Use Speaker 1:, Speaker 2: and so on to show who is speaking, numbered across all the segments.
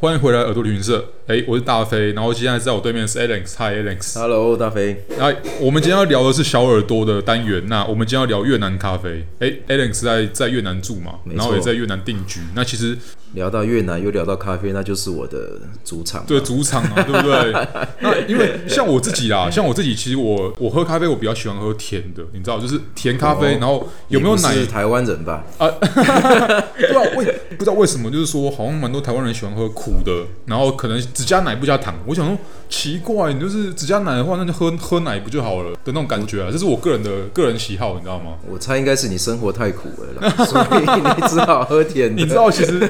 Speaker 1: 欢迎回来耳朵旅行社。哎，我是大飞，然后现在在我对面是 Alex。Hi Alex。
Speaker 2: Hello，大飞。
Speaker 1: 哎，我们今天要聊的是小耳朵的单元。那我们今天要聊越南咖啡。哎，Alex 在在越南住嘛，
Speaker 2: 没错
Speaker 1: 然后也在越南定居。那其实
Speaker 2: 聊到越南，又聊到咖啡，那就是我的主场。
Speaker 1: 对，主场 啊，对不对？那因为像我自己啦，像我自己，其实我我喝咖啡，我比较喜欢喝甜的，你知道，就是甜咖啡。
Speaker 2: 哦
Speaker 1: 然后
Speaker 2: 你
Speaker 1: 有没有
Speaker 2: 不
Speaker 1: 奶啊
Speaker 2: 是台湾人吧？
Speaker 1: 不知道啊为不知道为什么，就是说好像蛮多台湾人喜欢喝苦的，然后可能只加奶不加糖。我想说奇怪，你就是只加奶的话，那就喝喝奶不就好了的那种感觉啊，这是我个人的个人喜好，你知道吗？
Speaker 2: 我猜应该是你生活太苦了啦， 所以你只好喝甜的。
Speaker 1: 你知道，其实，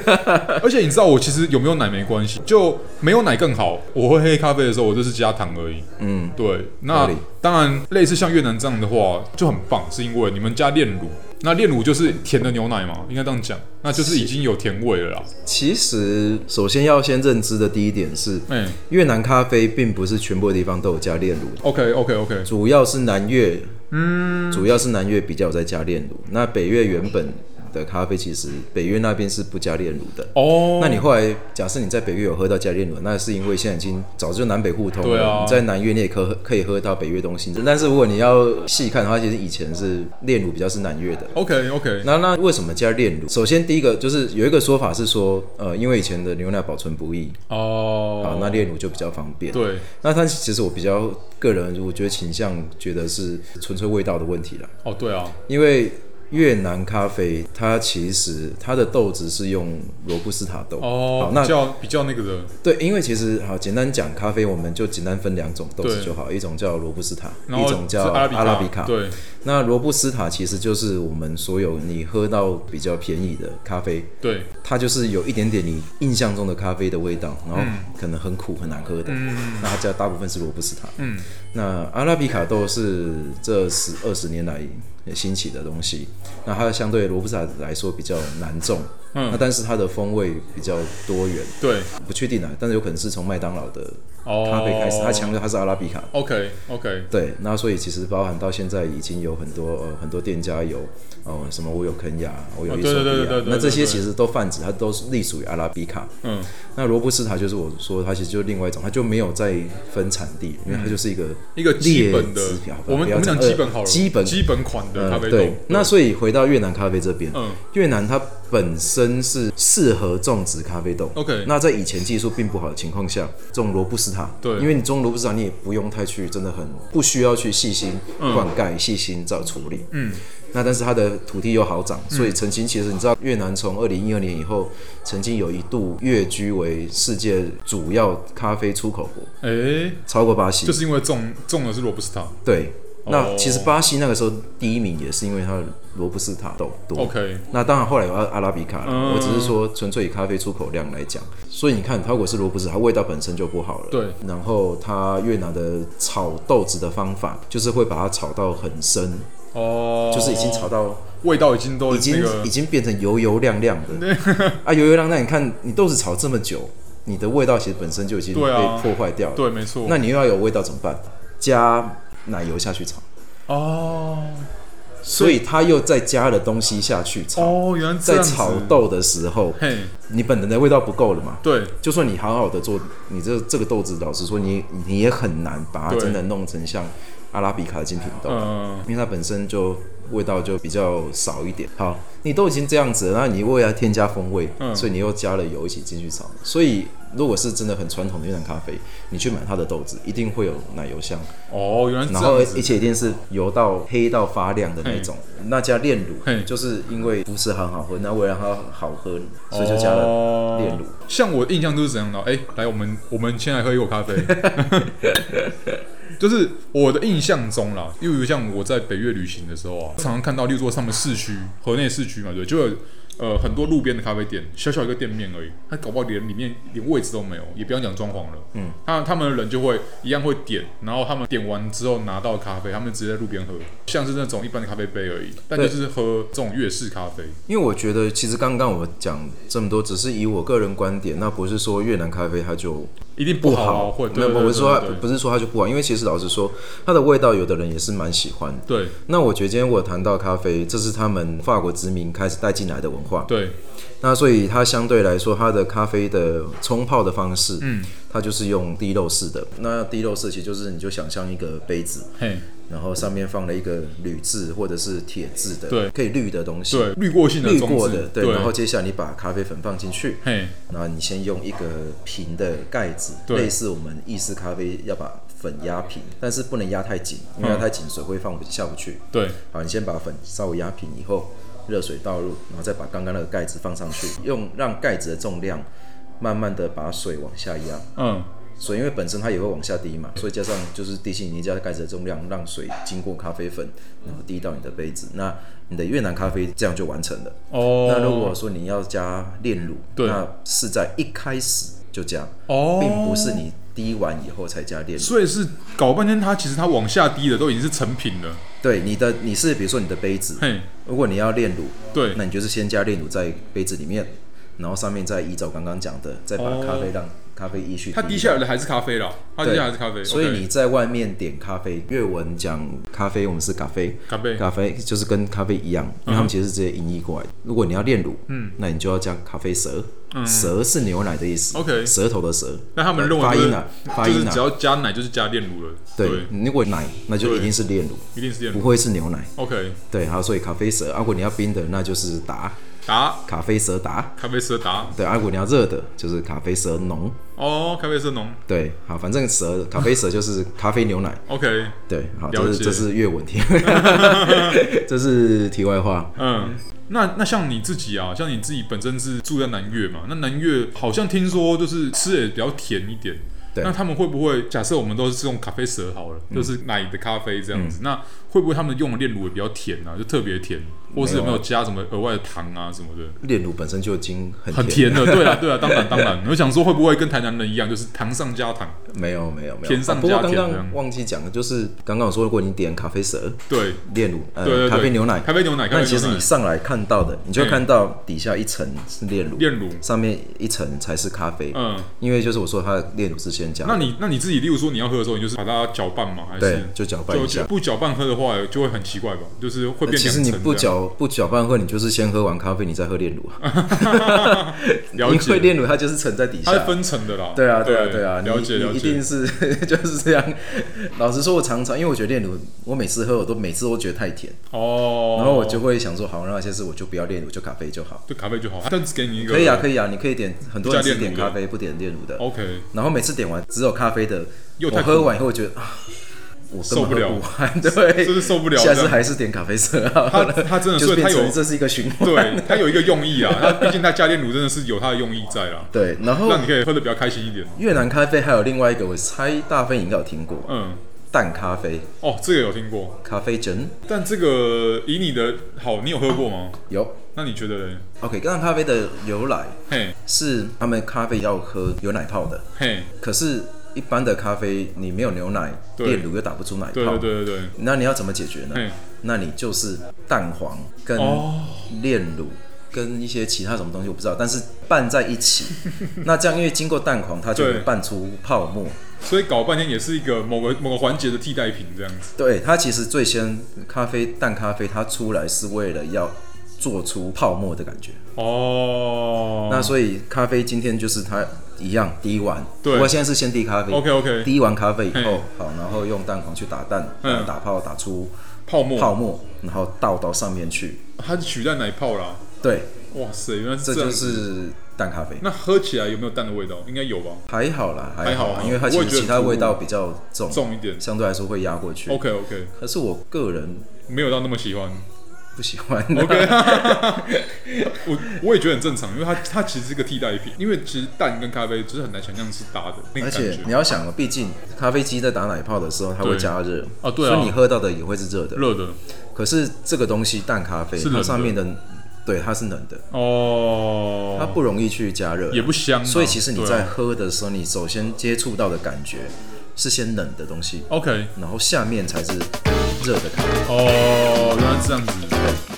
Speaker 1: 而且你知道，我其实有没有奶没关系，就没有奶更好。我喝黑咖啡的时候，我就是加糖而已。
Speaker 2: 嗯，
Speaker 1: 对，那
Speaker 2: 合理
Speaker 1: 当然，类似像越南这样的话就很棒，是因为你们加炼乳，那炼乳就是甜的牛奶嘛，应该这样讲，那就是已经有甜味了啦。
Speaker 2: 其实首先要先认知的第一点是，
Speaker 1: 哎、
Speaker 2: 越南咖啡并不是全部的地方都有加炼乳，
Speaker 1: o k OK OK，
Speaker 2: 主要是南越，嗯，主要是南越比较有在加炼乳。那北越原本的咖啡，其实北越那边是不加炼乳的。
Speaker 1: 哦，
Speaker 2: 那你后来假设你在北越有喝到加炼乳，那是因为现在已经早就南北互通了。
Speaker 1: 对啊
Speaker 2: 你在南越你也可可以喝到北越东西，但是如果你要细看的话，其实以前是炼乳比较是南越的。
Speaker 1: OK OK，
Speaker 2: 那那为什么加炼乳？首先第一个就是有一个说法是说，呃，因为以前的牛奶保存不易，啊
Speaker 1: 哦，，
Speaker 2: 那炼乳就比较方便。
Speaker 1: 对，
Speaker 2: 那它其实我比较个人，我觉得倾向觉得是纯粹味道的问题啦，
Speaker 1: 哦对啊，
Speaker 2: 因为越南咖啡它其实它的豆子是用罗布斯塔豆。
Speaker 1: 哦
Speaker 2: 好，，那
Speaker 1: 比较比较那个的，
Speaker 2: 对，因为其实好简单讲咖啡，我们就简单分两种豆子
Speaker 1: 对
Speaker 2: 就好，一种叫罗布斯塔，
Speaker 1: 然后
Speaker 2: 一种叫
Speaker 1: 是阿
Speaker 2: 阿拉
Speaker 1: 比
Speaker 2: 比卡。
Speaker 1: 对，
Speaker 2: 那罗布斯塔其实就是我们所有你喝到比较便宜的咖啡，
Speaker 1: 对，
Speaker 2: 它就是有一点点你印象中的咖啡的味道，然后
Speaker 1: 嗯
Speaker 2: 可能很苦很难喝的。那它家大部分是罗布斯塔。
Speaker 1: 嗯，
Speaker 2: 那阿拉比卡豆是这十二十年来兴起的东西，那它相对罗布斯塔来说比较难种，
Speaker 1: 嗯
Speaker 2: 那但是它的风味比较多元，
Speaker 1: 对，
Speaker 2: 不确定啊，但是有可能是从麦当劳的
Speaker 1: 哦，
Speaker 2: 咖啡开始，它强调它是阿拉比卡。
Speaker 1: ，OK OK，
Speaker 2: 对，那所以其实包含到现在已经有很多呃很多店家有呃什么我有肯雅，我有
Speaker 1: 哦
Speaker 2: 伊
Speaker 1: 对
Speaker 2: 索
Speaker 1: 对对对
Speaker 2: 比
Speaker 1: 对
Speaker 2: 亚，
Speaker 1: 对
Speaker 2: 那这些
Speaker 1: 对
Speaker 2: 其实都泛指，它都是隶属于阿拉比卡。
Speaker 1: 嗯，
Speaker 2: 那罗布斯塔就是我说它其实就是另外一种，它就没有再分产地，因为
Speaker 1: 嗯
Speaker 2: 它就是一个
Speaker 1: 一个基本的
Speaker 2: 列支票，
Speaker 1: 我们
Speaker 2: 不
Speaker 1: 我
Speaker 2: 要
Speaker 1: 们讲基本好了，
Speaker 2: 呃基本
Speaker 1: 基本款的
Speaker 2: 呃
Speaker 1: 咖啡豆，
Speaker 2: 对，那所以回到越南咖啡这边，
Speaker 1: 嗯
Speaker 2: 越南它本身是适合种植咖啡豆。
Speaker 1: OK
Speaker 2: 那在以前技术并不好的情况下，种罗布斯塔，
Speaker 1: 对
Speaker 2: 因为你种罗布斯塔，你也不用太去，真的很不需要去细心
Speaker 1: 嗯
Speaker 2: 灌溉、细心照处理。嗯。那但是它的土地又好长，所
Speaker 1: 嗯
Speaker 2: 以曾经其实你知道，越南从二零一二年以后，曾经有一度跃居为世界主要咖啡出口国，
Speaker 1: 哎，
Speaker 2: 超过巴西。
Speaker 1: 就是因为种种的是罗布斯塔
Speaker 2: 对，那
Speaker 1: 哦
Speaker 2: 其实巴西那个时候第一名也是因为它的罗布斯塔豆多。
Speaker 1: ，OK，
Speaker 2: 那当然，后来有阿阿拉比卡了。
Speaker 1: 嗯
Speaker 2: 我只是说，纯粹以咖啡出口量来讲，所以你看，它如果是罗布斯，它味道本身就不好了。
Speaker 1: 对。
Speaker 2: 然后它越南的炒豆子的方法，就是会把它炒到很深，
Speaker 1: 哦，
Speaker 2: 就是已经炒到
Speaker 1: 味道已经都
Speaker 2: 已经、
Speaker 1: 那个
Speaker 2: 已经变成油油亮亮 的啊，油油亮亮。你看，你豆子炒这么久，你的味道其实本身就已经被
Speaker 1: 对啊
Speaker 2: 破坏掉了。
Speaker 1: 对，没错，
Speaker 2: 那你又要有味道怎么办？加奶油下去炒，
Speaker 1: 哦
Speaker 2: 所以它又再加了东西下去炒。
Speaker 1: 哦，原来这
Speaker 2: 在
Speaker 1: 样子
Speaker 2: 炒，豆的时候，
Speaker 1: 嘿，
Speaker 2: 你本人的味道不够了嘛？
Speaker 1: 对，
Speaker 2: 就算你好好的做，你这这个豆子，老实说你，你也很难把它
Speaker 1: 对
Speaker 2: 真的弄成像阿拉比卡的精品豆，
Speaker 1: 嗯，
Speaker 2: 因为它本身就味道就比较少一点。好，你都已经这样子了，那你为了添加风味，
Speaker 1: 嗯
Speaker 2: 所以你又加了油一起进去炒。所以如果是真的很传统的越南咖啡，你去买它的豆子，一定会有奶油香，
Speaker 1: 哦，原来这
Speaker 2: 然后
Speaker 1: 样
Speaker 2: 而
Speaker 1: 子，
Speaker 2: 且一定是油到黑到发亮的那种。那加炼
Speaker 1: 嘿
Speaker 2: 乳，就是因为不是很好喝，那为了让它好喝，所以就加了
Speaker 1: 了
Speaker 2: 炼乳。
Speaker 1: 像我印象都是怎样的？哎、来，我们我们先来喝一口咖啡。 就是我的印象中啦，例如像我在北越旅行的时候啊，常常看到，例如说他们市区、河内市区嘛，对，就有呃很多路边的咖啡店，小小一个店面而已，他搞不好连里面连位置都没有，也不要讲装潢了。嗯，他他们的人就会一样会点，然后他们点完之后拿到咖啡，他们直接在路边喝，像是那种一般的咖啡杯而已，但就
Speaker 2: 对
Speaker 1: 是喝这种粤式咖啡。
Speaker 2: 因为我觉得，其实刚刚我讲这么多，只是以我个人观点，那不是说越南咖啡它就
Speaker 1: 一定
Speaker 2: 不
Speaker 1: 好
Speaker 2: 好
Speaker 1: 啊，会
Speaker 2: 没有，
Speaker 1: 对对
Speaker 2: 我是说它
Speaker 1: 对对
Speaker 2: 不是说它就不好，因为其实老实说，它的味道有的人也是蛮喜欢的。
Speaker 1: 对
Speaker 2: 那我觉得今天我有谈到咖啡，这是他们法国殖民开始带进来的文化。
Speaker 1: 对
Speaker 2: 那所以它相对来说，它的咖啡的冲泡的方式，嗯，它就是用滴漏式的。那滴漏式其实就是你就想象一个杯子，
Speaker 1: 嘿，
Speaker 2: 然后上面放了一个铝制或者是铁制的，
Speaker 1: 对
Speaker 2: 可以滤的东西，
Speaker 1: 对，滤过性的
Speaker 2: 滤
Speaker 1: 装
Speaker 2: 过
Speaker 1: 置
Speaker 2: 的，对。
Speaker 1: 对，
Speaker 2: 然后接下来你把咖啡粉放进去，
Speaker 1: 嘿，
Speaker 2: 然后你先用一个平的盖子，
Speaker 1: 对
Speaker 2: 类似我们意式咖啡要把粉压平，但是不能压太紧，因为
Speaker 1: 嗯
Speaker 2: 压太紧水会放不下不去。
Speaker 1: 对
Speaker 2: 好，你先把粉稍微压平以后，热水倒入，然后再把刚刚那个盖子放上去，用让盖子的重量慢慢的把水往下压。
Speaker 1: 嗯，
Speaker 2: 水因为本身它也会往下滴嘛，所以加上就是地心引力加盖子的重量，让水经过咖啡粉，然后滴到你的杯子，那你的越南咖啡这样就完成了。
Speaker 1: 哦，
Speaker 2: 那如果说你要加炼乳，
Speaker 1: 对
Speaker 2: 那是在一开始就加，
Speaker 1: 哦，
Speaker 2: 并不是，你滴完以后才加炼乳。
Speaker 1: 所以是搞半天，它其实它往下滴的都已经是成品了，
Speaker 2: 对，你的你是比如说你的杯子，
Speaker 1: 嘿，
Speaker 2: 如果你要炼乳，
Speaker 1: 对
Speaker 2: 那你就是先加炼乳在杯子里面，然后上面再依照刚刚讲的，再把
Speaker 1: 哦
Speaker 2: 咖啡让、咖啡依序
Speaker 1: 它滴下来的还是咖啡啦，它滴
Speaker 2: 对
Speaker 1: 下来还是咖啡，
Speaker 2: 所以
Speaker 1: OK
Speaker 2: 你在外面点咖啡，粤文讲咖啡，我们是咖啡，
Speaker 1: 咖啡
Speaker 2: 咖啡就是跟咖啡一样，因为他们其实是直接音译过来。如果你要炼乳，嗯，那你就要加咖啡舌，舌是牛奶的意思
Speaker 1: 嗯 OK
Speaker 2: 舌头的舌。
Speaker 1: 那他们认为
Speaker 2: 发
Speaker 1: 就是
Speaker 2: 音啊，发
Speaker 1: 就是
Speaker 2: 音
Speaker 1: 只
Speaker 2: 啊，
Speaker 1: 要加奶就是加炼乳了，
Speaker 2: 对，如果奶那就
Speaker 1: 对
Speaker 2: 一定是炼乳，
Speaker 1: 一定是炼
Speaker 2: 不
Speaker 1: 乳。
Speaker 2: 会是牛奶。
Speaker 1: OK，
Speaker 2: 对，好，所以咖啡舌，啊如果你要冰的，那就是达
Speaker 1: 答
Speaker 2: 咖啡舌达。
Speaker 1: 咖啡色答
Speaker 2: 对，啊如果你要热的，就是咖啡舌浓。
Speaker 1: 哦，咖啡色浓。
Speaker 2: 对，好，反正舌咖啡舌就是咖啡牛奶。
Speaker 1: OK，
Speaker 2: 对，好，
Speaker 1: 了
Speaker 2: 这是
Speaker 1: 解
Speaker 2: 这是粤文题， 这是题外话。
Speaker 1: 嗯，那那像你自己啊，像你自己本身是住在南越嘛，那南越好像听说就是吃的也比较甜一点。
Speaker 2: 对嗯
Speaker 1: 那他们会不会假设我们都是用咖啡蛇好了，就是奶的咖啡这样子？那会不会他们用的炼乳也比较甜啊，就特别甜，或是有没有加什么额外的糖啊什么的？
Speaker 2: 炼乳本身就已经很
Speaker 1: 很
Speaker 2: 甜
Speaker 1: 甜的，对啊，对啊，当然当然。我想说会不会跟台南人一样，就是糖上加糖？
Speaker 2: 没有没有没有。
Speaker 1: 甜上
Speaker 2: 啊不过
Speaker 1: 加
Speaker 2: 刚
Speaker 1: 甜这
Speaker 2: 刚
Speaker 1: 样
Speaker 2: 忘记讲的就是刚刚我说，如果你点咖啡舌、
Speaker 1: 对，
Speaker 2: 炼乳、呃
Speaker 1: 对对对
Speaker 2: 咖啡牛奶，
Speaker 1: 咖啡牛奶咖啡牛
Speaker 2: 那
Speaker 1: 奶
Speaker 2: 其实你上来看到的，你就会
Speaker 1: 嗯
Speaker 2: 看到底下一层是炼乳，
Speaker 1: 炼乳
Speaker 2: 上面一层才是咖啡。
Speaker 1: 嗯，
Speaker 2: 因为就是我说它的炼乳是先加的，
Speaker 1: 那你那你自己，例如说你要喝的时候，你就是把它搅拌嘛，还
Speaker 2: 对
Speaker 1: 是
Speaker 2: 就搅拌一下。呃
Speaker 1: 不搅拌喝的话，就会很奇怪吧？就是会变
Speaker 2: 其
Speaker 1: 两层
Speaker 2: 实
Speaker 1: 这
Speaker 2: 你
Speaker 1: 样。
Speaker 2: 不搅不搅拌会，你就是先喝完咖啡，你再喝炼乳啊。
Speaker 1: 了
Speaker 2: 因为
Speaker 1: 解，
Speaker 2: 炼乳它就是沉在底下
Speaker 1: 它是，分层的啦。
Speaker 2: 对啊，对啊，对啊，
Speaker 1: 了
Speaker 2: 你
Speaker 1: 解
Speaker 2: 你
Speaker 1: 了
Speaker 2: 一
Speaker 1: 解
Speaker 2: 定。是 就是这样。老实说，我常常因为我觉得炼乳，我每次喝我都每次都觉得太甜，
Speaker 1: 哦，
Speaker 2: 然后我就会想说，好，那下次我就不要炼乳，就咖啡就好。
Speaker 1: 就咖啡就好，它只给你一个
Speaker 2: 可以啊，可以啊，你可以点很多人
Speaker 1: 不加
Speaker 2: 是
Speaker 1: 炼
Speaker 2: 点
Speaker 1: 乳
Speaker 2: 咖啡不点炼乳的，
Speaker 1: OK，
Speaker 2: 然后每次点完只有咖啡的，
Speaker 1: 又太
Speaker 2: 我
Speaker 1: 苦
Speaker 2: 喝完以后我觉得啊，我根
Speaker 1: 受
Speaker 2: 本
Speaker 1: 不
Speaker 2: 喝
Speaker 1: 了
Speaker 2: 不完，对，
Speaker 1: 真是受不了
Speaker 2: 下
Speaker 1: 这
Speaker 2: 次
Speaker 1: 样
Speaker 2: 还是点咖啡色
Speaker 1: 它
Speaker 2: 啊，
Speaker 1: 它真的
Speaker 2: 就
Speaker 1: 所
Speaker 2: 是
Speaker 1: 以它
Speaker 2: 变
Speaker 1: 有
Speaker 2: 成这是一个循环。
Speaker 1: 对， 它有一个用意啊。它毕竟它加炼乳真的是有它的用意在啦，
Speaker 2: 对，然后
Speaker 1: 让你可以喝的比较开心一点。
Speaker 2: 越南咖啡还有另外一个，我猜大飞应该有听过，
Speaker 1: 嗯，
Speaker 2: 淡咖啡，
Speaker 1: 哦，这个有听过，
Speaker 2: 咖啡枕
Speaker 1: 但这个以你的好，你有喝过吗？
Speaker 2: 有。
Speaker 1: 那你觉得嘞？
Speaker 2: OK，淡咖啡的由来
Speaker 1: 嘿，
Speaker 2: 是他们咖啡要喝有奶泡的，
Speaker 1: 嘿，
Speaker 2: 可是一般的咖啡你没有牛奶，
Speaker 1: 对
Speaker 2: 炼乳又打不出奶泡，
Speaker 1: 对对对对对，
Speaker 2: 那你要怎么解决呢
Speaker 1: 嘿？
Speaker 2: 那你就是蛋黄跟
Speaker 1: 哦
Speaker 2: 炼乳。跟一些其他什么东西我不知道，但是拌在一 起，那这样因为经过蛋黄，它就
Speaker 1: 对
Speaker 2: 会拌出泡沫。
Speaker 1: 所以搞半天也是一个某个某个环节的替代品这样子。
Speaker 2: 对，它其实最先咖啡淡咖啡它出来是为了要做出泡沫的感觉。
Speaker 1: 哦，
Speaker 2: 那所以咖啡今天就是它一样滴完，
Speaker 1: 对
Speaker 2: 不过现在是先滴咖啡
Speaker 1: OK OK，
Speaker 2: 滴完咖啡以
Speaker 1: 嘿
Speaker 2: 后，好，然后用蛋黄去打蛋，
Speaker 1: 嗯
Speaker 2: 然后打泡打出
Speaker 1: 泡沫，
Speaker 2: 泡沫，然后倒到上面去，
Speaker 1: 它是取代奶泡啦。
Speaker 2: 对，
Speaker 1: 哇塞，原来是
Speaker 2: 这
Speaker 1: 这样
Speaker 2: 就
Speaker 1: 子。
Speaker 2: 是淡咖啡。
Speaker 1: 那喝起来有没有蛋的味道？应该有吧，
Speaker 2: 还好啦，
Speaker 1: 还
Speaker 2: 还
Speaker 1: 好
Speaker 2: 好
Speaker 1: 啊
Speaker 2: 啦，因为它
Speaker 1: 我也
Speaker 2: 其
Speaker 1: 觉
Speaker 2: 实
Speaker 1: 得
Speaker 2: 其他
Speaker 1: 苦
Speaker 2: 味道比较重，
Speaker 1: 重一点。
Speaker 2: 相对来说会压过去。
Speaker 1: OK OK，
Speaker 2: 可是我个人
Speaker 1: 没有到那么喜欢。
Speaker 2: 不喜欢。
Speaker 1: OK，我我也觉得很正常，因为它它其实是个替代品，因为其实蛋跟咖啡就是很难想象是搭的那个
Speaker 2: 而
Speaker 1: 感
Speaker 2: 且你
Speaker 1: 觉。
Speaker 2: 要想哦，毕竟咖啡机在打奶泡的时候，它
Speaker 1: 对
Speaker 2: 会加热
Speaker 1: 啊对啊
Speaker 2: 所以你喝到的也会是热的。
Speaker 1: 热的
Speaker 2: 可是这个东西淡咖啡，
Speaker 1: 是冷
Speaker 2: 它
Speaker 1: 的
Speaker 2: 上面的，对，它是冷的，
Speaker 1: 哦，
Speaker 2: 它不容易去加热，
Speaker 1: 也不香啊
Speaker 2: 所以其实你
Speaker 1: 对啊
Speaker 2: 在喝的时候，你首先接触到的感觉是先冷的东西，
Speaker 1: OK
Speaker 2: 然后下面才是热的咖啡。
Speaker 1: 哦，原来是这样子。